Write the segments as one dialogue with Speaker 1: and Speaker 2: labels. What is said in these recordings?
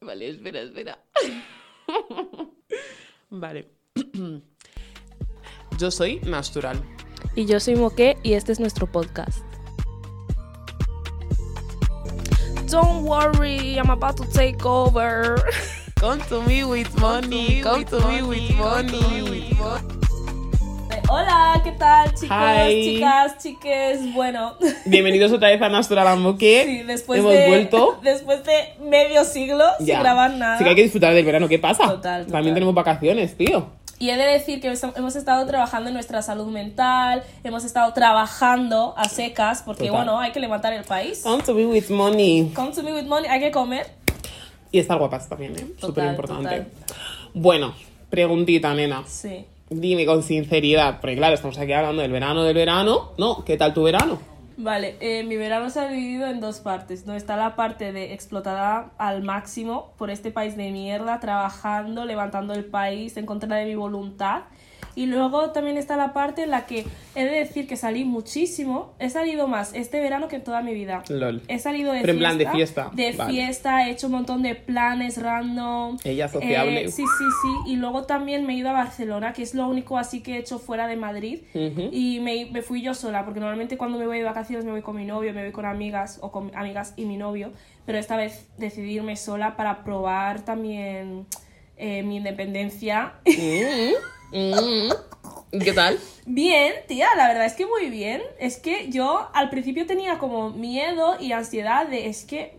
Speaker 1: Vale, espera, espera. Vale. Yo soy Mastural.
Speaker 2: Y yo soy Moque y este es nuestro podcast. Don't worry, I'm about to take over.
Speaker 1: Come to me with money. Come to me with money.
Speaker 2: Hola, ¿qué tal, chicos,
Speaker 1: Hi.
Speaker 2: chicas, chiques? Bueno,
Speaker 1: Bienvenidos otra vez a Mastural and Moque.
Speaker 2: sí, después
Speaker 1: Hemos
Speaker 2: de
Speaker 1: vuelto.
Speaker 2: después de medio siglo
Speaker 1: Ya.
Speaker 2: sin grabar nada.
Speaker 1: Así que hay que disfrutar del verano. ¿Qué pasa?
Speaker 2: Total, total.
Speaker 1: También tenemos vacaciones, tío.
Speaker 2: Y he de decir que hemos- hemos estado trabajando en nuestra salud mental, hemos estado trabajando a secas porque
Speaker 1: Total.
Speaker 2: bueno, hay que levantar el país.
Speaker 1: Come to me with money.
Speaker 2: Come to me with money, hay que comer.
Speaker 1: Y estar guapas también, ¿eh? Súper importante.
Speaker 2: total.
Speaker 1: Bueno, preguntita, nena.
Speaker 2: Sí.
Speaker 1: Dime con sinceridad, porque claro, estamos aquí hablando del verano, del verano. No, ¿qué tal tu verano?
Speaker 2: Vale, eh, mi verano se ha dividido en dos partes, ¿no? Está la parte de explotada al máximo por este país de mierda, trabajando, levantando el país en contra de mi voluntad. Y luego también está la parte en la que he de decir que salí muchísimo. He salido más este verano que en toda mi vida.
Speaker 1: Lol.
Speaker 2: He salido de
Speaker 1: Pero en
Speaker 2: fiesta.
Speaker 1: plan de fiesta,
Speaker 2: de
Speaker 1: vale.
Speaker 2: fiesta, he hecho un montón de planes random.
Speaker 1: Ella sociable.
Speaker 2: Eh, sí, sí, sí. Y luego también me he ido a Barcelona, que es lo único así que he hecho fuera de Madrid.
Speaker 1: Ujú.
Speaker 2: Y me, me fui yo sola, porque normalmente cuando me voy de vacaciones me voy con mi novio, me voy con amigas o con amigas y mi novio. Pero esta vez decidí irme sola para probar también eh, mi independencia.
Speaker 1: Mm, ¿Qué tal?
Speaker 2: Bien, tía, la verdad es que muy bien. Es que yo al principio tenía como miedo y ansiedad de es que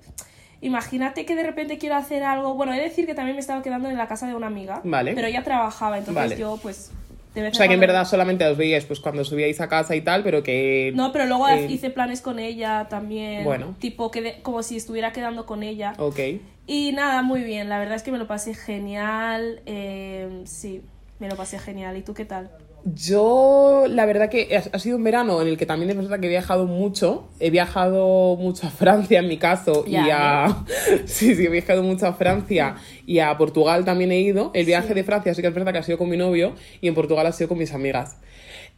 Speaker 2: imagínate que de repente quiero hacer algo. Bueno, he de decir que también me estaba quedando en la casa de una amiga,
Speaker 1: Vale.
Speaker 2: pero ella trabajaba, entonces
Speaker 1: Vale.
Speaker 2: yo pues de vez
Speaker 1: O sea, que en
Speaker 2: cuando-
Speaker 1: verdad solamente os veíais pues cuando subíais a casa y tal, pero que...
Speaker 2: No, pero luego
Speaker 1: eh,
Speaker 2: hice planes con ella también,
Speaker 1: Bueno. Oh.
Speaker 2: tipo que de- como si estuviera quedando con ella.
Speaker 1: Ok.
Speaker 2: Y nada, muy bien, la verdad es que me lo pasé genial. eh, sí, me lo pasé genial. ¿Y tú qué tal?
Speaker 1: Yo, la verdad que ha- ha sido un verano en el que también es verdad que he viajado mucho. He viajado mucho a Francia en mi caso
Speaker 2: Ya,
Speaker 1: y a... Sí, sí, he viajado mucho a Francia y a Portugal también he ido. El viaje de Francia sí que es verdad que ha sido con mi novio y en Portugal ha sido con mis amigas.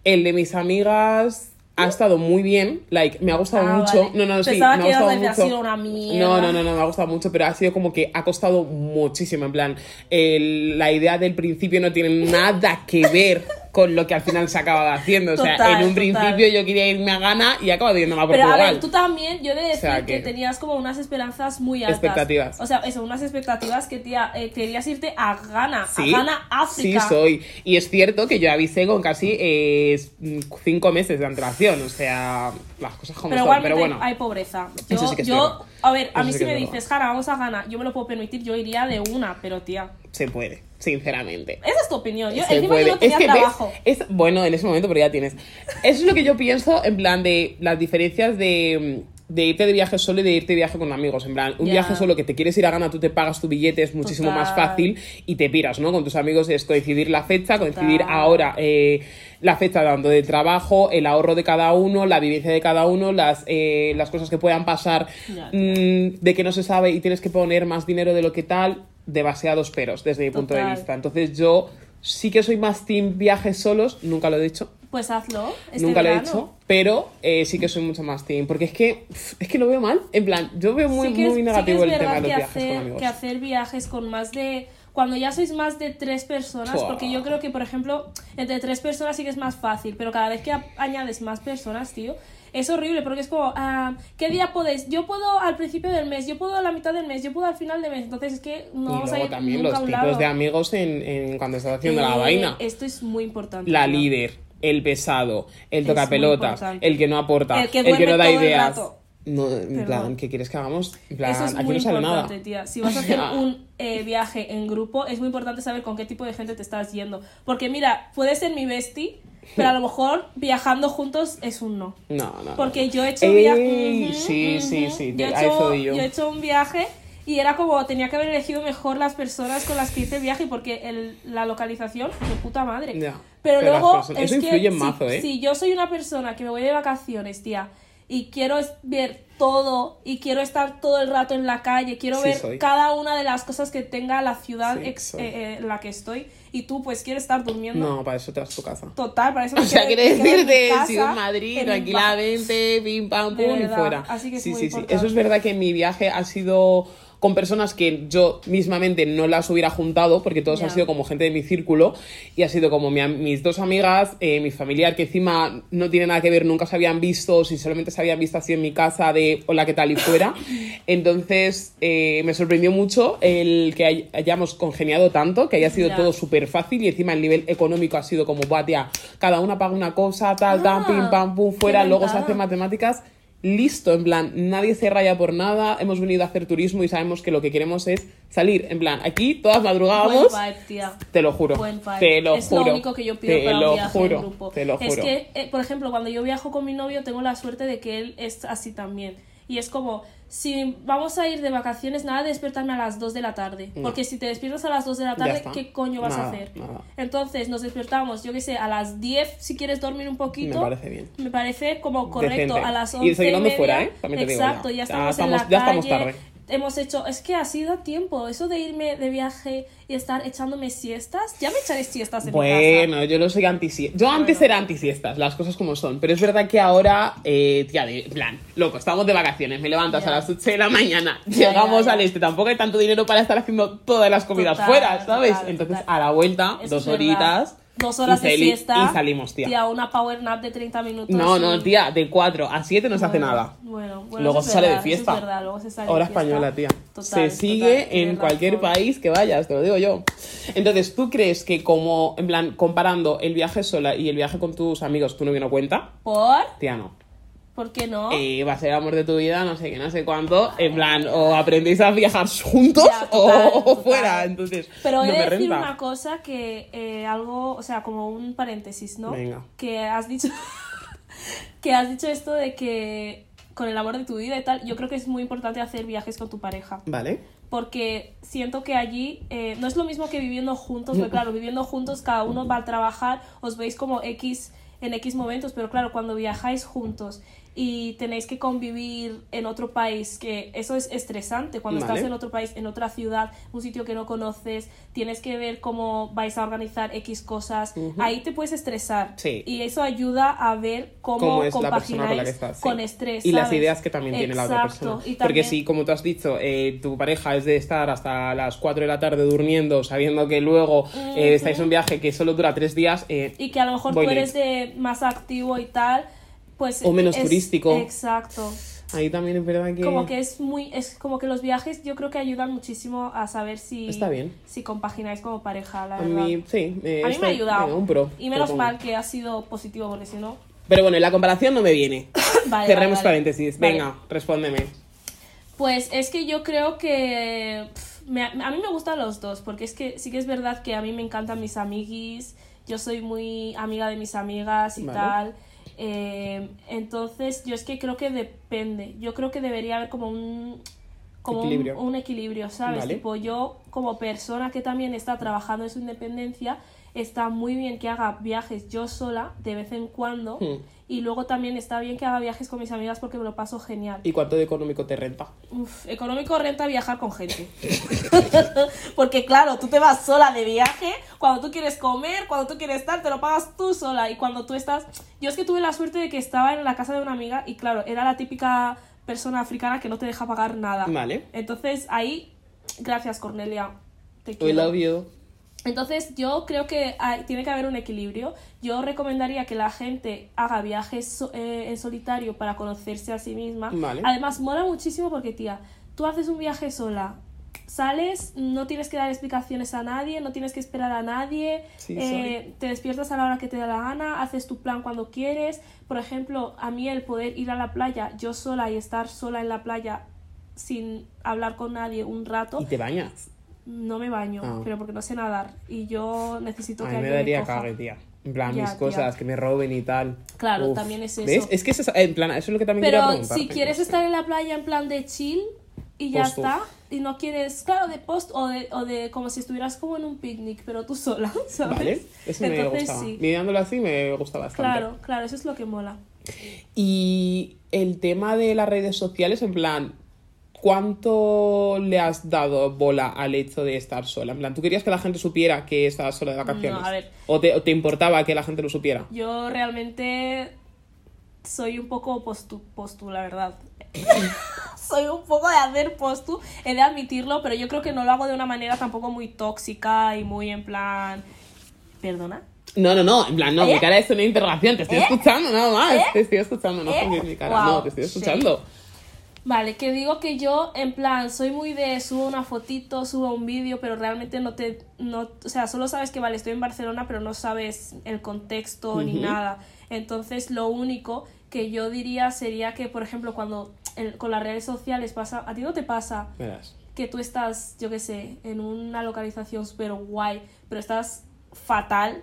Speaker 1: El de mis amigas ha estado muy bien, like, me ha gustado
Speaker 2: Ah,
Speaker 1: mucho.
Speaker 2: vale.
Speaker 1: No, no, sí, me
Speaker 2: Pensaba
Speaker 1: ha
Speaker 2: que ibas a
Speaker 1: gustado
Speaker 2: decir,
Speaker 1: mucho.
Speaker 2: "Ha sido una mierda".
Speaker 1: No, no, no, no, me ha gustado mucho, pero ha sido como que ha costado muchísimo. En plan, el- la idea del principio no tiene nada que ver con lo que al final se acaba haciendo. O sea,
Speaker 2: Total,
Speaker 1: en un
Speaker 2: total.
Speaker 1: principio yo quería irme a Ghana y he acabado yéndome a
Speaker 2: Pero
Speaker 1: Portugal.
Speaker 2: a ver, tú también, yo he de decir
Speaker 1: sea,
Speaker 2: que...
Speaker 1: que-
Speaker 2: tenías como unas esperanzas muy altas.
Speaker 1: Expectativas.
Speaker 2: O sea, eso, unas expectativas que tía, eh, querías irte a Ghana,
Speaker 1: Sí,
Speaker 2: a Ghana,
Speaker 1: sí
Speaker 2: África.
Speaker 1: soy. Y es cierto que yo avisé con casi eh, cinco meses de antelación. O sea, las cosas como
Speaker 2: Pero
Speaker 1: son.
Speaker 2: igualmente
Speaker 1: Pero bueno,
Speaker 2: hay pobreza. Yo,
Speaker 1: Eso sí que es
Speaker 2: yo
Speaker 1: verdad.
Speaker 2: a ver, a
Speaker 1: Eso
Speaker 2: mí
Speaker 1: sí
Speaker 2: si
Speaker 1: que
Speaker 2: me
Speaker 1: es verdad.
Speaker 2: dices, Jara, vamos a Ghana, yo me lo puedo permitir, yo iría de una, pero tía.
Speaker 1: se puede, sinceramente.
Speaker 2: Esa es tu opinión. Yo,
Speaker 1: Se
Speaker 2: encima yo
Speaker 1: puede.
Speaker 2: no tenía
Speaker 1: ves,
Speaker 2: trabajo.
Speaker 1: es, bueno, en ese momento, pero ya tienes. Eso es lo que yo pienso en plan de las diferencias de, mm, de irte de viaje solo y de irte de viaje con amigos. En plan, un
Speaker 2: Ya.
Speaker 1: viaje solo que te quieres ir a Ghana, tú te pagas tu billete, es muchísimo más
Speaker 2: Total.
Speaker 1: fácil y te piras, ¿no? Con tus amigos es coincidir la fecha, coincidir
Speaker 2: Total.
Speaker 1: ahora eh, la fecha tanto de trabajo, el ahorro de cada uno, la vivencia de cada uno, las, eh, las cosas que puedan pasar
Speaker 2: Ya,
Speaker 1: mm, de que no se sabe y tienes que poner más dinero de lo que tal. Demasiados peros desde mi punto de
Speaker 2: Total.
Speaker 1: vista. Entonces yo sí que soy más team viajes solos, nunca lo he dicho,
Speaker 2: Pues hazlo. este
Speaker 1: nunca lo he
Speaker 2: verano.
Speaker 1: hecho, pero eh, sí que soy mucho más team, porque es que pf, es que lo veo mal, en plan, yo veo muy,
Speaker 2: Sí que es-
Speaker 1: muy
Speaker 2: sí que
Speaker 1: negativo
Speaker 2: es
Speaker 1: el tema
Speaker 2: verdad
Speaker 1: de los
Speaker 2: que
Speaker 1: viajes
Speaker 2: hacer,
Speaker 1: con amigos.
Speaker 2: Que hacer viajes con más de... Cuando ya sois más de tres personas,
Speaker 1: Fua.
Speaker 2: porque yo creo que, por ejemplo, entre tres personas sí que es más fácil, pero cada vez que a- añades más personas, tío, es horrible, porque es como, ah, ¿qué día podéis? Yo puedo al principio del mes, yo puedo a la mitad del mes, yo puedo al final del mes, entonces es que no
Speaker 1: y
Speaker 2: vamos a
Speaker 1: luego
Speaker 2: ir
Speaker 1: también
Speaker 2: nunca a
Speaker 1: los
Speaker 2: un
Speaker 1: tipos
Speaker 2: lado.
Speaker 1: de amigos en, en cuando estás haciendo la
Speaker 2: Eh,
Speaker 1: vaina.
Speaker 2: Esto es muy importante.
Speaker 1: La
Speaker 2: tío.
Speaker 1: líder, el pesado, el
Speaker 2: Es
Speaker 1: tocapelotas,
Speaker 2: muy importante.
Speaker 1: el que no aporta,
Speaker 2: El
Speaker 1: el
Speaker 2: que
Speaker 1: que,
Speaker 2: duerme
Speaker 1: no da
Speaker 2: todo el
Speaker 1: ideas.
Speaker 2: rato.
Speaker 1: No, en
Speaker 2: Perdón.
Speaker 1: plan, ¿qué quieres que hagamos? En plan,
Speaker 2: Eso es
Speaker 1: aquí
Speaker 2: muy
Speaker 1: no sale nada.
Speaker 2: importante, tía. Si vas a hacer
Speaker 1: Ya.
Speaker 2: un eh, viaje en grupo, es muy importante saber con qué tipo de gente te estás yendo. Porque mira, puede ser mi bestie, pero a lo mejor viajando juntos es un no.
Speaker 1: No, no.
Speaker 2: Porque yo he hecho
Speaker 1: Ey,
Speaker 2: viaje.
Speaker 1: sí, sí, sí,
Speaker 2: Yo he,
Speaker 1: te- a eso
Speaker 2: hecho,
Speaker 1: di yo.
Speaker 2: yo he hecho un viaje y era como tenía que haber elegido mejor las personas con las que hice viaje porque el- la localización, de puta madre.
Speaker 1: Ya,
Speaker 2: Pero,
Speaker 1: pero
Speaker 2: luego.
Speaker 1: las personas-
Speaker 2: es
Speaker 1: eso
Speaker 2: que
Speaker 1: influye
Speaker 2: si-
Speaker 1: mazo, ¿eh?
Speaker 2: Si yo soy una persona que me voy de vacaciones, tía, y quiero es- ver todo y quiero estar todo el rato en la calle, quiero
Speaker 1: Sí,
Speaker 2: ver
Speaker 1: soy.
Speaker 2: cada una de las cosas que tenga la ciudad
Speaker 1: Sí,
Speaker 2: ex-
Speaker 1: soy.
Speaker 2: eh, eh, en la que estoy, y tú, pues, quieres estar durmiendo.
Speaker 1: No, para eso te vas a tu casa.
Speaker 2: Total, para eso me
Speaker 1: O sea,
Speaker 2: quedo-
Speaker 1: quiere
Speaker 2: me quedo en mi
Speaker 1: decirte,
Speaker 2: casa,
Speaker 1: ciudad Madrid,
Speaker 2: en mi ba-
Speaker 1: tranquilamente, pim, pam,
Speaker 2: De
Speaker 1: pum, y
Speaker 2: verdad,
Speaker 1: fuera.
Speaker 2: así que es
Speaker 1: sí,
Speaker 2: muy
Speaker 1: sí, sí.
Speaker 2: importante.
Speaker 1: Eso es verdad que mi viaje ha sido con personas que yo mismamente no las hubiera juntado, porque todos
Speaker 2: Ya.
Speaker 1: han sido como gente de mi círculo, y ha sido como mi am- mis dos amigas, eh, mi familiar, que encima no tiene nada que ver, nunca se habían visto, si solamente se habían visto así en mi casa de hola, qué tal y fuera. Entonces, eh, me sorprendió mucho el que hay- hayamos congeniado tanto, que haya sido
Speaker 2: Ya.
Speaker 1: todo súper fácil, y encima el nivel económico ha sido como, buah, tía, cada una paga una cosa, tal, tal,
Speaker 2: Ah,
Speaker 1: pim, pam, pum, fuera,
Speaker 2: qué
Speaker 1: luego se
Speaker 2: ventaja.
Speaker 1: hace matemáticas, listo, en plan, nadie se raya por nada, hemos venido a hacer turismo y sabemos que lo que queremos es salir, en plan, aquí todas madrugábamos,
Speaker 2: Buen vibe, tía.
Speaker 1: te lo juro,
Speaker 2: Buen vibe.
Speaker 1: te lo
Speaker 2: es
Speaker 1: juro,
Speaker 2: lo único que yo pido
Speaker 1: te
Speaker 2: para
Speaker 1: lo
Speaker 2: un viaje
Speaker 1: juro,
Speaker 2: en grupo.
Speaker 1: te lo
Speaker 2: Es
Speaker 1: juro.
Speaker 2: que, eh, por ejemplo, cuando yo viajo con mi novio, tengo la suerte de que él es así también. Y es como, si vamos a ir de vacaciones, nada de despertarme a las 2 de la tarde.
Speaker 1: No.
Speaker 2: Porque si te despiertas a las 2 de la
Speaker 1: Ya
Speaker 2: tarde,
Speaker 1: está.
Speaker 2: ¿qué coño vas a
Speaker 1: Nada,
Speaker 2: hacer?
Speaker 1: nada.
Speaker 2: Entonces nos despertamos, yo qué sé, a las 10 si quieres dormir un poquito.
Speaker 1: Me parece bien.
Speaker 2: Me parece como correcto.
Speaker 1: Decente.
Speaker 2: A las
Speaker 1: Y
Speaker 2: 11
Speaker 1: desayunando
Speaker 2: media,
Speaker 1: fuera, ¿eh? También te digo ya.
Speaker 2: Exacto,
Speaker 1: Ya
Speaker 2: ya estamos, en
Speaker 1: estamos-
Speaker 2: la
Speaker 1: ya estamos
Speaker 2: calle,
Speaker 1: tarde.
Speaker 2: hemos hecho, es que ha sido tiempo, eso de irme de viaje y estar echándome siestas, ya me echaré siestas en mi casa.
Speaker 1: Bueno, yo no soy antisiestas. Yo antes
Speaker 2: Bueno.
Speaker 1: era antisiestas, las cosas como son. Pero es verdad que ahora, eh, tía, de plan, loco, estamos de vacaciones. Me levantas
Speaker 2: Ya.
Speaker 1: a las 8 de la mañana,
Speaker 2: Ya,
Speaker 1: llegamos
Speaker 2: ya, ya.
Speaker 1: al este. Tampoco hay tanto dinero para estar haciendo todas las comidas
Speaker 2: Total,
Speaker 1: fuera, ¿sabes?
Speaker 2: total,
Speaker 1: Entonces,
Speaker 2: total.
Speaker 1: a la vuelta,
Speaker 2: Eso
Speaker 1: dos
Speaker 2: es verdad.
Speaker 1: horitas.
Speaker 2: dos horas
Speaker 1: y
Speaker 2: de
Speaker 1: sali-
Speaker 2: siesta
Speaker 1: Y salimos, tía.
Speaker 2: una power nap de 30 minutos.
Speaker 1: no,
Speaker 2: y-
Speaker 1: no, tía, de 4 a 7 no se hace
Speaker 2: Bueno,
Speaker 1: nada.
Speaker 2: Bueno, bueno,
Speaker 1: luego
Speaker 2: eso
Speaker 1: se
Speaker 2: es
Speaker 1: sale
Speaker 2: verdad,
Speaker 1: de
Speaker 2: eso es
Speaker 1: fiesta.
Speaker 2: verdad, luego se sale de
Speaker 1: Hora
Speaker 2: fiesta.
Speaker 1: española, tía.
Speaker 2: Total,
Speaker 1: se
Speaker 2: total,
Speaker 1: sigue en
Speaker 2: tienes
Speaker 1: cualquier
Speaker 2: razón.
Speaker 1: país que vayas, te lo digo yo. Entonces, ¿tú crees que como, en plan, comparando el viaje sola y el viaje con tus amigos, tú no vino cuenta?
Speaker 2: ¿Por?
Speaker 1: Tía, no.
Speaker 2: ¿Por qué no?
Speaker 1: Eh, va a ser el amor de tu vida, no sé qué, no sé cuánto. En plan, o aprendéis a viajar juntos
Speaker 2: Ya, total,
Speaker 1: o, o
Speaker 2: total.
Speaker 1: fuera. Entonces,
Speaker 2: Pero
Speaker 1: no
Speaker 2: he
Speaker 1: me
Speaker 2: de decir
Speaker 1: renta.
Speaker 2: una cosa que eh, algo, o sea, como un paréntesis, ¿no?
Speaker 1: Venga.
Speaker 2: Que has dicho que has dicho esto de que con el amor de tu vida y tal, yo creo que es muy importante hacer viajes con tu pareja.
Speaker 1: Vale.
Speaker 2: Porque siento que allí eh, no es lo mismo que viviendo juntos, porque claro, viviendo juntos cada uno va a trabajar, os veis como X en X momentos, pero claro, cuando viajáis juntos y tenéis que convivir en otro país, que eso es estresante, cuando
Speaker 1: Vale.
Speaker 2: estás en otro país, en otra ciudad, un sitio que no conoces, tienes que ver cómo vais a organizar X cosas,
Speaker 1: Ujú.
Speaker 2: ahí te puedes estresar
Speaker 1: Sí.
Speaker 2: y eso ayuda a ver cómo,
Speaker 1: cómo es la persona
Speaker 2: compagináis
Speaker 1: con la que estás. sí.
Speaker 2: con estrés.
Speaker 1: Y las
Speaker 2: ¿sabes?
Speaker 1: ideas que también tiene la otra
Speaker 2: Exacto,
Speaker 1: persona.
Speaker 2: y
Speaker 1: Porque
Speaker 2: también-
Speaker 1: si, como tú has dicho, eh, tu pareja es de estar hasta las 4 de la tarde durmiendo, sabiendo que luego eh, estáis en un viaje que solo dura 3 días, eh,
Speaker 2: y que a lo mejor
Speaker 1: Voy
Speaker 2: tú
Speaker 1: late.
Speaker 2: eres de más activo y tal, pues
Speaker 1: O menos turístico.
Speaker 2: Exacto.
Speaker 1: ahí también es verdad que...
Speaker 2: Como que es muy es como que los viajes yo creo que ayudan muchísimo a saber si
Speaker 1: Está bien.
Speaker 2: si compagináis como pareja, la
Speaker 1: A
Speaker 2: verdad.
Speaker 1: mí, sí, eh,
Speaker 2: A mí
Speaker 1: esto-
Speaker 2: me ha ayudado.
Speaker 1: venga, un pro,
Speaker 2: y menos
Speaker 1: te lo
Speaker 2: mal
Speaker 1: pongo.
Speaker 2: que ha sido positivo porque si no,
Speaker 1: Pero bueno, en la comparación no me viene.
Speaker 2: vale.
Speaker 1: Cerremos
Speaker 2: vale, vale.
Speaker 1: paréntesis.
Speaker 2: Vale.
Speaker 1: Venga, respóndeme.
Speaker 2: Pues es que yo creo que pf, me- a mí me gustan los dos, porque es que sí que es verdad que a mí me encantan mis amiguis, yo soy muy amiga de mis amigas y
Speaker 1: Vale.
Speaker 2: tal. eh, entonces yo es que creo que depende, yo creo que debería haber como un como un-
Speaker 1: Equilibrio.
Speaker 2: Un, equilibrio, ¿sabes?
Speaker 1: Vale.
Speaker 2: Tipo yo como persona que también está trabajando en su independencia, está muy bien que haga viajes yo sola de vez en cuando.
Speaker 1: Hmm.
Speaker 2: Y luego también está bien que haga viajes con mis amigas porque me lo paso genial.
Speaker 1: ¿Y cuánto de económico te renta?
Speaker 2: Uf, económico renta viajar con gente. Porque claro, tú te vas sola de viaje, cuando tú quieres comer, cuando tú quieres estar, te lo pagas tú sola. Y cuando tú estás... Yo es que tuve la suerte de que estaba en la casa de una amiga y claro, era la típica persona africana que no te deja pagar nada.
Speaker 1: Vale.
Speaker 2: Entonces ahí, gracias Cornelia. Te
Speaker 1: We
Speaker 2: quiero.
Speaker 1: love you.
Speaker 2: Entonces yo creo que hay- tiene que haber un equilibrio. Yo recomendaría que la gente haga viajes so- eh, en solitario para conocerse a sí misma.
Speaker 1: Vale.
Speaker 2: Además, mola muchísimo porque, tía, tú haces un viaje sola. Sales, no tienes que dar explicaciones a nadie, no tienes que esperar a nadie,
Speaker 1: Sí,
Speaker 2: eh, te despiertas a la hora que te da la gana, haces tu plan cuando quieres. Por ejemplo, a mí el poder ir a la playa yo sola y estar sola en la playa sin hablar con nadie un rato,
Speaker 1: Y te bañas.
Speaker 2: no me baño,
Speaker 1: Ah.
Speaker 2: pero porque no sé nadar. Y yo necesito
Speaker 1: A
Speaker 2: que
Speaker 1: mí me
Speaker 2: alguien
Speaker 1: daría
Speaker 2: coja.
Speaker 1: cague, tía. En plan,
Speaker 2: Ya,
Speaker 1: mis
Speaker 2: tía.
Speaker 1: cosas, que me roben y tal.
Speaker 2: Claro, también es eso.
Speaker 1: ¿Ves? Es que eso es, en plan, eso es lo que también quería
Speaker 2: Pero
Speaker 1: preguntarte.
Speaker 2: si quieres estar en la playa en plan de chill y ya
Speaker 1: Post-off.
Speaker 2: está, y no quieres, claro, de post o de, o de como si estuvieras como en un picnic, pero tú sola, ¿sabes?
Speaker 1: Vale, eso me
Speaker 2: Entonces
Speaker 1: gustaba.
Speaker 2: sí.
Speaker 1: Mirándolo así me gusta bastante.
Speaker 2: Claro, claro, eso es lo que mola.
Speaker 1: Y el tema de las redes sociales, en plan, ¿cuánto le has dado bola al hecho de estar sola? En plan, ¿tú querías que la gente supiera que estabas sola de vacaciones?
Speaker 2: No, a ver.
Speaker 1: ¿O te, o te importaba que la gente lo supiera?
Speaker 2: Yo realmente soy un poco postu, postu la verdad. soy un poco de hacer postu, he de admitirlo, pero yo creo que no lo hago de una manera tampoco muy tóxica y muy en plan... ¿Perdona?
Speaker 1: No, no, no, en plan, no,
Speaker 2: ¿Eh?
Speaker 1: mi cara es una interrogación, te estoy
Speaker 2: ¿Eh?
Speaker 1: escuchando nada más,
Speaker 2: ¿Eh?
Speaker 1: te estoy escuchando, no
Speaker 2: ¿Eh?
Speaker 1: cambies mi cara,
Speaker 2: Guau,
Speaker 1: no, te estoy
Speaker 2: sí.
Speaker 1: escuchando.
Speaker 2: Vale, que digo que yo, en plan, soy muy de subo una fotito, subo un vídeo, pero realmente no te. No, o sea, solo sabes que vale, estoy en Barcelona, pero no sabes el contexto ni
Speaker 1: Ujú.
Speaker 2: nada. Entonces, lo único que yo diría sería que, por ejemplo, cuando en- con las redes sociales pasa. A ti no te pasa
Speaker 1: Verás.
Speaker 2: que tú estás, yo qué sé, en una localización súper guay, pero estás fatal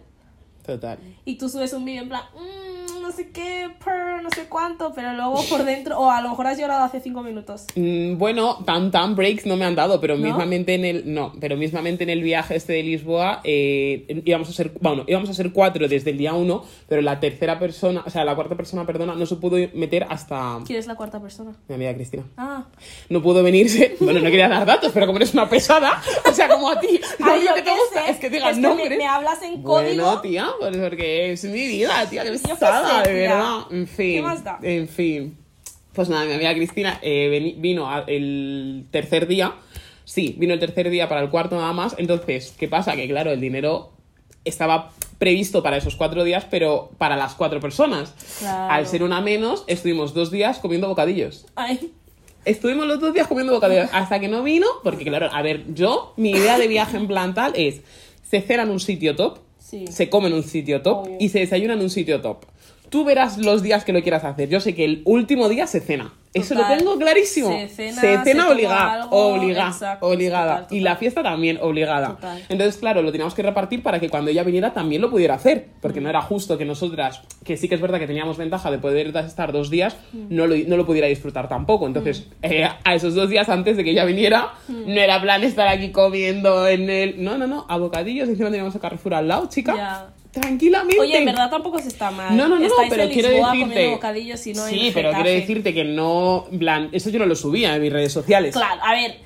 Speaker 1: Total.
Speaker 2: y tú subes un vídeo en plan, "Mm, no sé qué, purr, no sé cuánto, pero luego por dentro, o a lo mejor has llorado hace cinco minutos.
Speaker 1: Mm, Bueno, tan tan breaks no me han dado, pero
Speaker 2: ¿No?
Speaker 1: mismamente en el no, pero mismamente en el viaje este de Lisboa eh, íbamos a ser bueno íbamos a ser cuatro desde el día uno, pero la tercera persona, o sea la cuarta persona, perdona, no se pudo meter hasta
Speaker 2: ¿Quién es la cuarta persona?
Speaker 1: mi amiga Cristina.
Speaker 2: Ah,
Speaker 1: No pudo venirse, bueno no quería dar datos, pero como eres una pesada, o sea como a ti, a
Speaker 2: Ay,
Speaker 1: mí
Speaker 2: yo
Speaker 1: lo que te
Speaker 2: qué
Speaker 1: gusta
Speaker 2: sé,
Speaker 1: es que digas
Speaker 2: me-
Speaker 1: nombres.
Speaker 2: Me, hablas en código.
Speaker 1: Bueno, tía, pues porque es mi vida, tía, que
Speaker 2: Yo qué
Speaker 1: pesada,
Speaker 2: sé,
Speaker 1: de
Speaker 2: tía.
Speaker 1: verdad. En fin.
Speaker 2: ¿Qué más da?
Speaker 1: En fin. Pues nada, mi amiga Cristina eh, veni- vino a- el tercer día. Sí, vino el tercer día para el cuarto nada más. Entonces, ¿qué pasa? Que claro, el dinero estaba previsto para esos cuatro días, pero para las cuatro personas.
Speaker 2: Claro.
Speaker 1: Al ser una menos, estuvimos dos días comiendo bocadillos.
Speaker 2: Ay,
Speaker 1: Estuvimos los dos días comiendo bocadillos hasta que no vino, porque claro, a ver, yo, mi idea de viaje en plan tal es, se cena en un sitio top,
Speaker 2: Sí.
Speaker 1: se come en un sitio top
Speaker 2: Obvio.
Speaker 1: y se desayuna en un sitio top. Tú verás los días que lo quieras hacer. Yo sé que el último día se cena. Eso lo
Speaker 2: Total.
Speaker 1: tengo clarísimo.
Speaker 2: Se cena,
Speaker 1: se
Speaker 2: se
Speaker 1: cena
Speaker 2: toma
Speaker 1: obligada,
Speaker 2: algo,
Speaker 1: obligada,
Speaker 2: exacto,
Speaker 1: obligada.
Speaker 2: total, total.
Speaker 1: Y la fiesta también obligada.
Speaker 2: Total.
Speaker 1: Entonces, claro, lo teníamos que repartir para que cuando ella viniera también lo pudiera hacer,
Speaker 2: Mm.
Speaker 1: porque no era justo que nosotras, que sí que es verdad que teníamos ventaja de poder estar dos días,
Speaker 2: Mm.
Speaker 1: no, lo, no lo pudiera disfrutar tampoco. Entonces, eh, a esos dos días antes de que ella viniera,
Speaker 2: Mm.
Speaker 1: no era plan estar aquí comiendo en el... No, no, no, a bocadillos, encima teníamos a Carrefour al lado, chica.
Speaker 2: Ya.
Speaker 1: Tranquilamente.
Speaker 2: oye, en verdad tampoco se está mal.
Speaker 1: No, no, no,
Speaker 2: Estáis
Speaker 1: pero
Speaker 2: en
Speaker 1: quiero
Speaker 2: Lisboa
Speaker 1: decirte-
Speaker 2: comiendo bocadillos y no en
Speaker 1: sí, pero quiero
Speaker 2: Getafe.
Speaker 1: decirte que no, en plan, eso yo no lo subía en mis redes sociales.
Speaker 2: Claro, a ver.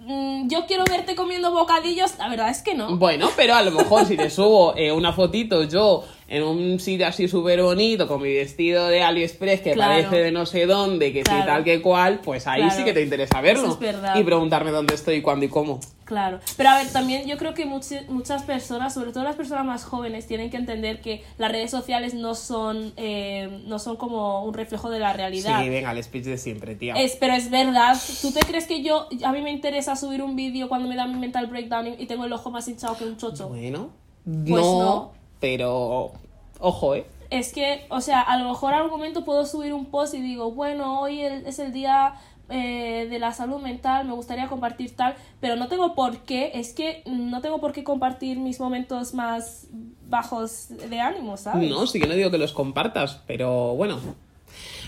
Speaker 2: mm, Yo quiero verte comiendo bocadillos. La verdad es que no.
Speaker 1: Bueno, pero a lo mejor si te subo eh, una fotito yo en un sitio así súper bonito con mi vestido de AliExpress que
Speaker 2: Claro.
Speaker 1: parece de no sé dónde, que
Speaker 2: Claro.
Speaker 1: sí tal que cual, pues ahí
Speaker 2: Claro.
Speaker 1: sí que te interesa verlo.
Speaker 2: Eso es verdad.
Speaker 1: Y preguntarme dónde estoy, cuándo y cómo.
Speaker 2: Claro, pero a ver, también yo creo que much- muchas personas, sobre todo las personas más jóvenes, tienen que entender que las redes sociales no son, eh, no son como un reflejo de la realidad.
Speaker 1: Sí, venga, el speech de siempre, tía.
Speaker 2: Es, pero es verdad, ¿tú te crees que yo, a mí me interesa subir un vídeo cuando me da mi mental breakdown y- y tengo el ojo más hinchado que un chocho?
Speaker 1: Bueno,
Speaker 2: Pues no.
Speaker 1: no, pero ojo, ¿eh?
Speaker 2: Es que, o sea, a lo mejor algún momento puedo subir un post y digo, bueno, hoy el- es el día eh, de la salud mental, me gustaría compartir tal, pero no tengo por qué, es que no tengo por qué compartir mis momentos más bajos de ánimo, ¿sabes?
Speaker 1: No, sí que no digo que los compartas, pero bueno.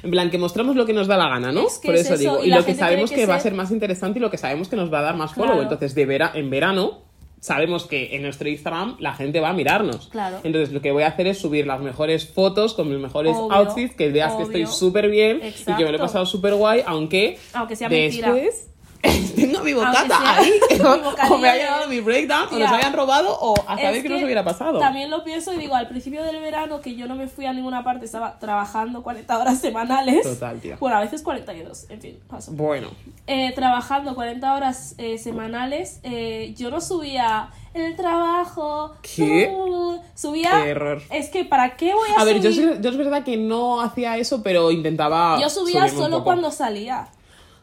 Speaker 1: En plan, que mostramos lo que nos da la gana, ¿no?
Speaker 2: Es que
Speaker 1: Por
Speaker 2: es
Speaker 1: eso,
Speaker 2: eso,
Speaker 1: digo.
Speaker 2: y
Speaker 1: Y,
Speaker 2: la
Speaker 1: lo que
Speaker 2: gente
Speaker 1: sabemos que,
Speaker 2: tiene que
Speaker 1: va a
Speaker 2: ser-
Speaker 1: ser más interesante y lo que sabemos que nos va a dar más follow.
Speaker 2: Claro.
Speaker 1: Entonces, de vera... en verano, sabemos que en nuestro Instagram la gente va a mirarnos.
Speaker 2: Claro.
Speaker 1: Entonces, lo que voy a hacer es subir las mejores fotos con mis mejores
Speaker 2: Obvio,
Speaker 1: outfits, que veas que estoy
Speaker 2: obvio.
Speaker 1: súper bien y que me lo
Speaker 2: Exacto.
Speaker 1: he pasado súper guay, aunque.
Speaker 2: Aunque sea mentira.
Speaker 1: después... Tengo mi bocata
Speaker 2: sea-
Speaker 1: ahí,
Speaker 2: mi
Speaker 1: o me
Speaker 2: bocadillo
Speaker 1: ha llegado
Speaker 2: de-
Speaker 1: mi breakdown, o
Speaker 2: Tía.
Speaker 1: nos hayan robado, o a
Speaker 2: Es
Speaker 1: saber qué nos
Speaker 2: que
Speaker 1: hubiera pasado.
Speaker 2: También lo pienso y digo, al principio del verano que yo no me fui a ninguna parte, estaba trabajando 40 horas semanales.
Speaker 1: Total, tía.
Speaker 2: Bueno, a veces 42, en fin, paso.
Speaker 1: Bueno,
Speaker 2: eh, trabajando 40 horas eh, semanales, eh, yo no subía el trabajo.
Speaker 1: ¿Qué?
Speaker 2: uh, Subía.
Speaker 1: Qué error.
Speaker 2: Es que, ¿para qué voy a,
Speaker 1: A ver, yo,
Speaker 2: subir?
Speaker 1: es- yo es verdad que no hacía eso, pero intentaba.
Speaker 2: Yo subía
Speaker 1: Ah, subirme un
Speaker 2: solo
Speaker 1: poco.
Speaker 2: cuando salía.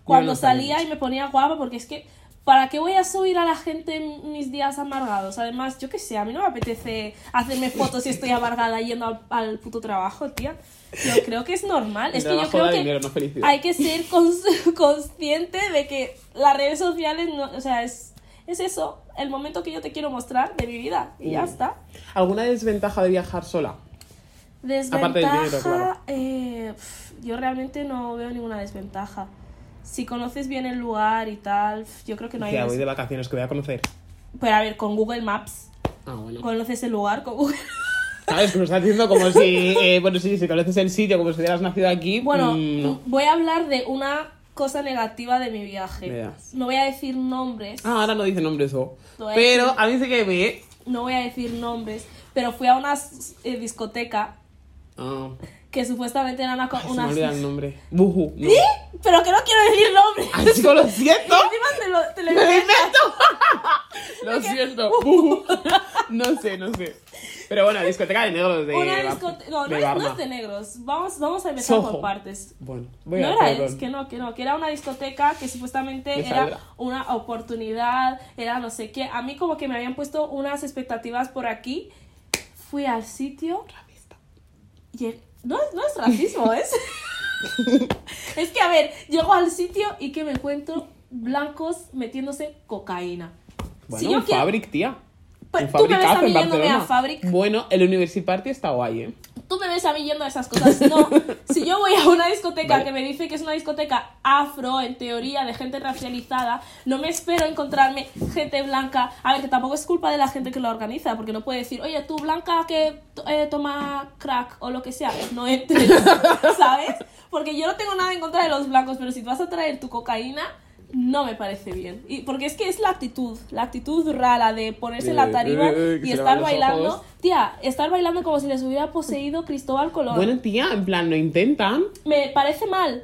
Speaker 2: Cuando
Speaker 1: no sabía
Speaker 2: salía y me ponía guapa, porque es que, ¿para qué voy a subir a la gente mis días amargados? Además, yo qué sé, a mí no me apetece hacerme fotos si estoy amargada yendo al, al puto trabajo, tía. Yo creo que es normal. Es que yo
Speaker 1: Trabajo
Speaker 2: creo
Speaker 1: da
Speaker 2: que
Speaker 1: dinero, no felicidad.
Speaker 2: hay que ser cons- consciente de que las redes sociales, no, o sea, es, es eso, el momento que yo te quiero mostrar de mi vida. Y ya
Speaker 1: Mm.
Speaker 2: está.
Speaker 1: ¿Alguna desventaja de viajar sola?
Speaker 2: Desventaja.
Speaker 1: Aparte del dinero, claro.
Speaker 2: eh, pf, yo realmente no veo ninguna desventaja. Si conoces bien el lugar y tal, pf, yo creo que no hay.
Speaker 1: Tía, voy
Speaker 2: des-
Speaker 1: de vacaciones, que voy a conocer.
Speaker 2: Pero a ver, con Google Maps
Speaker 1: Ah, bueno.
Speaker 2: conoces el lugar, con Google.
Speaker 1: ¿Sabes? Que lo estás haciendo como si. eh, bueno, sí, si conoces el sitio, como si hubieras nacido aquí.
Speaker 2: Bueno,
Speaker 1: mm, no.
Speaker 2: voy a hablar de una cosa negativa de mi viaje.
Speaker 1: Verás.
Speaker 2: No voy a decir nombres.
Speaker 1: Ah, ahora no dice nombre eso.
Speaker 2: Lo voy a
Speaker 1: Pero
Speaker 2: decir.
Speaker 1: a mí sí que me.
Speaker 2: No voy a decir nombres. Pero fui a una eh, discoteca
Speaker 1: Ah,
Speaker 2: que supuestamente eran una... co-
Speaker 1: Ay, se me
Speaker 2: unas...
Speaker 1: olvida el nombre. Buhu. no.
Speaker 2: ¿Sí? Pero que no quiero decir nombres.
Speaker 1: Ay, chico, lo siento.
Speaker 2: Encima te lo, te lo
Speaker 1: Me lo
Speaker 2: inventas.
Speaker 1: invento. Lo siento.
Speaker 2: Uh.
Speaker 1: Buhu. No sé, no sé. Pero bueno, discoteca de negros de.
Speaker 2: Una
Speaker 1: Bar-
Speaker 2: discoteca. No,
Speaker 1: Este, de
Speaker 2: no, es- no
Speaker 1: Barna.
Speaker 2: es de negros. Vamos, vamos a empezar
Speaker 1: Soho.
Speaker 2: por partes.
Speaker 1: Bueno, voy
Speaker 2: No
Speaker 1: a
Speaker 2: era,
Speaker 1: perdón.
Speaker 2: es que no, que no, que era una discoteca que supuestamente
Speaker 1: Me
Speaker 2: era
Speaker 1: saldrá.
Speaker 2: una oportunidad, era no sé qué. A mí como que me habían puesto unas expectativas por aquí. Fui al sitio Lleg- No, es- no es racismo, es. es que, a ver, llego al sitio y que me encuentro blancos metiéndose cocaína.
Speaker 1: Bueno,
Speaker 2: si yo
Speaker 1: un
Speaker 2: quiero.
Speaker 1: Fabric, tía.
Speaker 2: Pues,
Speaker 1: un
Speaker 2: tú me ves a
Speaker 1: fabricazo
Speaker 2: mí
Speaker 1: en
Speaker 2: yéndome
Speaker 1: Barcelona.
Speaker 2: a Fabric.
Speaker 1: Bueno, el University Party está guay, ¿eh?
Speaker 2: Tú me ves a mí yendo a esas cosas. No. si yo voy a una discoteca
Speaker 1: Vale.
Speaker 2: que me dice que es una discoteca afro, en teoría, de gente racializada, no me espero encontrarme gente blanca. A ver, que tampoco es culpa de la gente que lo organiza, porque no puede decir, oye, tú blanca que to- eh, toma crack o lo que sea, no entres, ¿sabes? Porque yo no tengo nada en contra de los blancos, pero si te vas a traer tu cocaína. No me parece bien. Y porque es que es la actitud, la actitud rara de ponerse en la
Speaker 1: Eh,
Speaker 2: tarima
Speaker 1: eh, que
Speaker 2: y
Speaker 1: se le
Speaker 2: estar
Speaker 1: van los
Speaker 2: bailando.
Speaker 1: ojos.
Speaker 2: Tía, estar bailando como si les hubiera poseído Cristóbal Colón.
Speaker 1: Bueno, tía, en plan, lo intentan.
Speaker 2: Me parece mal.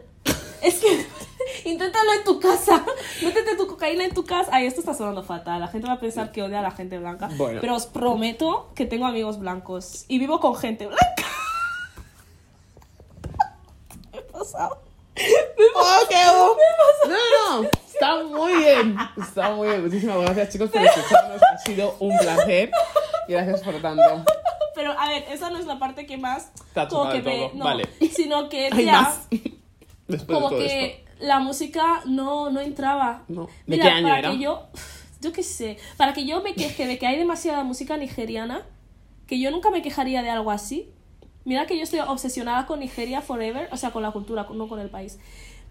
Speaker 2: Es que inténtalo en tu casa. Métete tu cocaína en tu casa. Ay, esto está sonando fatal. La gente va a pensar que odia a la gente blanca.
Speaker 1: Bueno.
Speaker 2: Pero os prometo que tengo amigos blancos. Y vivo con gente blanca. ¿Qué ha pasado?
Speaker 1: No, no, está muy bien. Está muy bien. Muchísimas gracias, chicos, por escucharnos. Ha sido un placer. Y gracias por tanto.
Speaker 2: Pero a ver, esa no es la parte que más.
Speaker 1: Te ha
Speaker 2: como
Speaker 1: tocado
Speaker 2: que
Speaker 1: de
Speaker 2: me-
Speaker 1: todo.
Speaker 2: no,
Speaker 1: Vale.
Speaker 2: Sino que,
Speaker 1: Hay
Speaker 2: tía,
Speaker 1: más. Después
Speaker 2: como
Speaker 1: de todo
Speaker 2: que
Speaker 1: esto.
Speaker 2: la música no, no entraba.
Speaker 1: No. ¿De
Speaker 2: Mira,
Speaker 1: qué año
Speaker 2: para
Speaker 1: era?
Speaker 2: que yo, yo qué sé, para que yo me queje de que hay demasiada música nigeriana, que yo nunca me quejaría de algo así. Mira que yo estoy obsesionada con Nigeria forever, o sea, con la cultura, no con el país.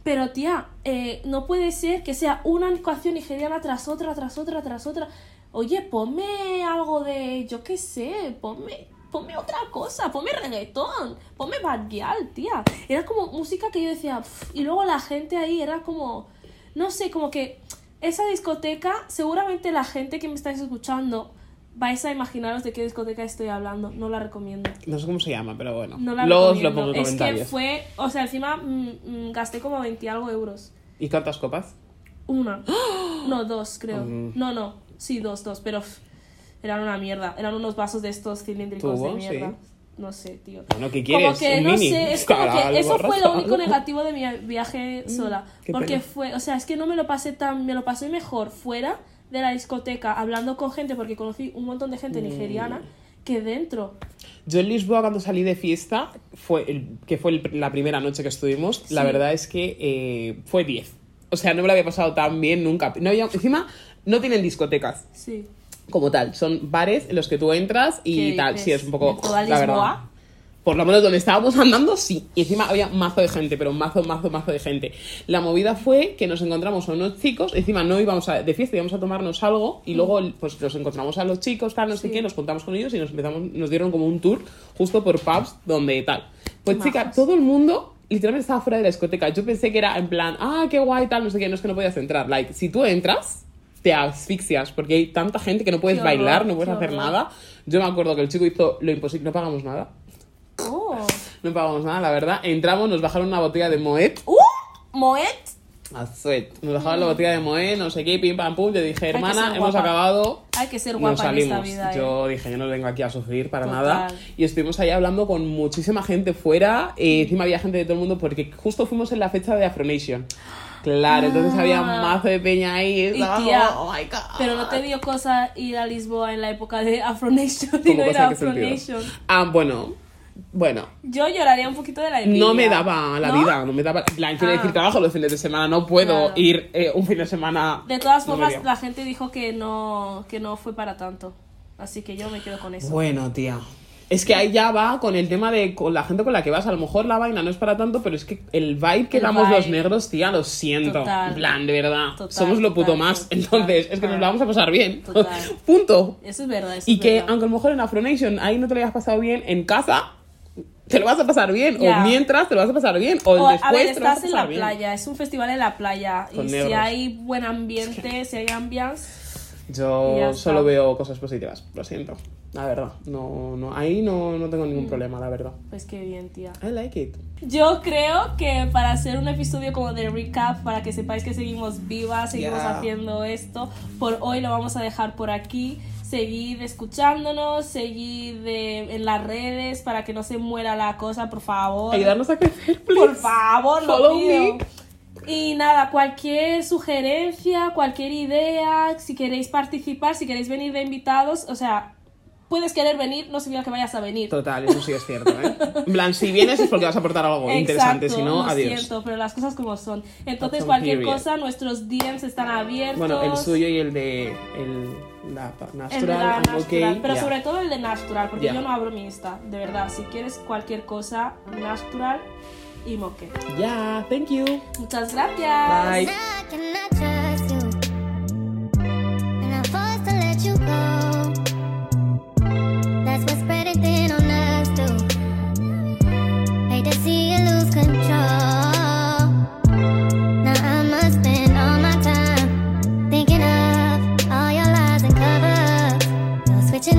Speaker 2: Pero tía, eh, no puede ser que sea una canción nigeriana tras otra, tras otra, tras otra. Oye, ponme algo de, yo qué sé, ponme, ponme otra cosa, ponme reggaetón, ponme barrial, tía. Era como música que yo decía, "Pf", y luego la gente ahí era como, no sé, como que esa discoteca, seguramente la gente que me estáis escuchando, vais a imaginaros de qué discoteca estoy hablando, no la recomiendo.
Speaker 1: No sé cómo se llama, pero bueno.
Speaker 2: No la
Speaker 1: Los lo
Speaker 2: recomiendo.
Speaker 1: pongo en
Speaker 2: es que
Speaker 1: comentarios.
Speaker 2: fue, o sea, encima mm, mm, gasté como 20 y algo euros.
Speaker 1: ¿Y cuántas copas?
Speaker 2: Una. No, dos, creo.
Speaker 1: Mm.
Speaker 2: No, no. Sí, dos, dos, pero pff, eran una mierda. Eran unos vasos de estos cilíndricos de
Speaker 1: Tubo,
Speaker 2: mierda.
Speaker 1: sí.
Speaker 2: No sé, tío.
Speaker 1: Bueno, ¿qué quieres?
Speaker 2: Como que,
Speaker 1: ¿Un
Speaker 2: no
Speaker 1: mini?
Speaker 2: sé, es como
Speaker 1: Cara,
Speaker 2: que eso
Speaker 1: algo
Speaker 2: fue lo
Speaker 1: raro.
Speaker 2: único negativo de mi viaje sola.
Speaker 1: qué
Speaker 2: porque
Speaker 1: pena.
Speaker 2: fue, o sea, es que no me lo pasé tan, me lo pasé mejor fuera de la discoteca, hablando con gente, porque conocí un montón de gente
Speaker 1: Mm.
Speaker 2: nigeriana, que dentro.
Speaker 1: Yo en Lisboa cuando salí de fiesta, fue el- que fue el- la primera noche que estuvimos, la
Speaker 2: Sí.
Speaker 1: verdad es que eh, fue 10. O sea, no me lo había pasado tan bien nunca. No había, encima, no tienen discotecas
Speaker 2: Sí.
Speaker 1: como tal. Son bares en los que tú entras y
Speaker 2: ¿Qué
Speaker 1: tal.
Speaker 2: dices?
Speaker 1: Sí, es un poco...
Speaker 2: ¿En toda
Speaker 1: la verdad.
Speaker 2: Lisboa?
Speaker 1: Por lo menos donde estábamos andando, sí. Y encima había mazo de gente, pero mazo, mazo, mazo de gente. La movida fue que nos encontramos a unos chicos, encima no íbamos a- de fiesta, íbamos a tomarnos algo y luego pues nos encontramos a los chicos, tal, no sé
Speaker 2: Mm. Sí.
Speaker 1: qué, nos juntamos con ellos y nos empezamos, nos dieron como un tour justo por pubs donde tal. Pues
Speaker 2: Qué
Speaker 1: chica,
Speaker 2: majos.
Speaker 1: todo el mundo literalmente estaba fuera de la discoteca. Yo pensé que era en plan, ah, qué guay, tal, no sé qué, no es que no podías entrar. Like, si tú entras, te asfixias porque hay tanta gente que no puedes
Speaker 2: Qué horror,
Speaker 1: bailar, no
Speaker 2: qué
Speaker 1: puedes hacer
Speaker 2: horror.
Speaker 1: nada. Yo me acuerdo que el chico hizo lo imposible, no pagamos nada.
Speaker 2: Oh.
Speaker 1: No pagamos nada, la verdad. Entramos, nos bajaron una botella de Moet.
Speaker 2: ¡Uh! Moet.
Speaker 1: A Suet. Nos bajaron la botella de Moet, no sé qué, pim pam pum. Yo dije,
Speaker 2: que
Speaker 1: hermana,
Speaker 2: ser
Speaker 1: hemos
Speaker 2: guapa.
Speaker 1: acabado.
Speaker 2: Hay que ser
Speaker 1: Nos
Speaker 2: guapa en esta
Speaker 1: salimos.
Speaker 2: vida. ¿eh?
Speaker 1: Yo dije, yo no vengo aquí a sufrir para
Speaker 2: Total.
Speaker 1: nada. Y estuvimos ahí hablando con muchísima gente fuera. eh, encima había gente de todo el mundo porque justo fuimos en la fecha de Afronation. Claro, entonces
Speaker 2: Ah.
Speaker 1: había mazo de peña ahí. estaba como,
Speaker 2: tía,
Speaker 1: oh my god.
Speaker 2: Pero no te dio cosa ir a Lisboa en la época de Afronation y
Speaker 1: Como
Speaker 2: no ir
Speaker 1: cosa
Speaker 2: a
Speaker 1: que sentido.
Speaker 2: Afronation.
Speaker 1: Ah, bueno. Bueno,
Speaker 2: Yo lloraría un poquito de la envidia.
Speaker 1: No me daba la
Speaker 2: ¿No?
Speaker 1: vida, no me daba. en plan, quiero
Speaker 2: Ah.
Speaker 1: decir, trabajo los fines de semana, no puedo
Speaker 2: Claro.
Speaker 1: ir eh, un fin de semana.
Speaker 2: De todas
Speaker 1: no me
Speaker 2: formas,
Speaker 1: dio.
Speaker 2: la gente dijo que no, que no fue para tanto. Así que yo me quedo con eso.
Speaker 1: Bueno, tía. Es que ahí ya va con el tema de con la gente con la que vas. A lo mejor la vaina no es para tanto, pero es que el vibe que
Speaker 2: El
Speaker 1: damos los
Speaker 2: vibe.
Speaker 1: negros, tía, lo siento.
Speaker 2: Total.
Speaker 1: En plan, de verdad.
Speaker 2: Total,
Speaker 1: Somos lo puto
Speaker 2: total,
Speaker 1: más.
Speaker 2: total,
Speaker 1: Entonces, es que nos
Speaker 2: total.
Speaker 1: la vamos a pasar bien.
Speaker 2: Total.
Speaker 1: Punto.
Speaker 2: Eso es verdad. eso
Speaker 1: Y
Speaker 2: es
Speaker 1: que
Speaker 2: verdad.
Speaker 1: aunque a lo mejor en Afronation ahí no te lo hayas pasado bien, en casa te lo vas a pasar bien. O
Speaker 2: Ya.
Speaker 1: mientras te lo vas a pasar bien. O,
Speaker 2: O,
Speaker 1: después
Speaker 2: a ver,
Speaker 1: te lo vas a pasar
Speaker 2: estás en la
Speaker 1: bien.
Speaker 2: playa, es un festival en la playa.
Speaker 1: Con
Speaker 2: y si
Speaker 1: negros.
Speaker 2: hay buen ambiente, si hay ambiance, Y ya
Speaker 1: Yo
Speaker 2: está.
Speaker 1: solo veo cosas positivas, lo siento. La verdad, no, no, ahí no, no tengo
Speaker 2: Mm.
Speaker 1: ningún problema, la verdad.
Speaker 2: Pues qué bien, tía.
Speaker 1: I like it.
Speaker 2: Yo creo que para hacer un episodio como de recap, para que sepáis que seguimos vivas, seguimos
Speaker 1: Yeah.
Speaker 2: haciendo esto, por hoy lo vamos a dejar por aquí. Seguid escuchándonos, seguid eh, en las redes para que no se muera la cosa, por favor.
Speaker 1: Ayudarnos a crecer, please.
Speaker 2: Por favor, lo
Speaker 1: Follow
Speaker 2: pido.
Speaker 1: me.
Speaker 2: Y nada, cualquier sugerencia, cualquier idea, si queréis participar, si queréis venir de invitados, o sea, puedes querer venir, no significa que vayas a venir.
Speaker 1: Total, eso sí es cierto, ¿eh? En plan, si vienes es porque vas a aportar algo interesante, si no,
Speaker 2: lo
Speaker 1: adiós.
Speaker 2: siento, pero las cosas como son. Entonces,
Speaker 1: That's on
Speaker 2: cualquier
Speaker 1: period.
Speaker 2: cosa, nuestros DMs están abiertos.
Speaker 1: Bueno, el suyo y el de el, la pa-
Speaker 2: el de la
Speaker 1: natural, I'm
Speaker 2: Natural,
Speaker 1: okay,
Speaker 2: pero
Speaker 1: ya.
Speaker 2: sobre todo el de Natural, porque
Speaker 1: Ya.
Speaker 2: yo no abro mi Insta, de verdad. Si quieres cualquier cosa, Natural y Moque.
Speaker 1: Ya, thank you.
Speaker 2: Muchas gracias.
Speaker 1: Bye.
Speaker 3: Knocking at your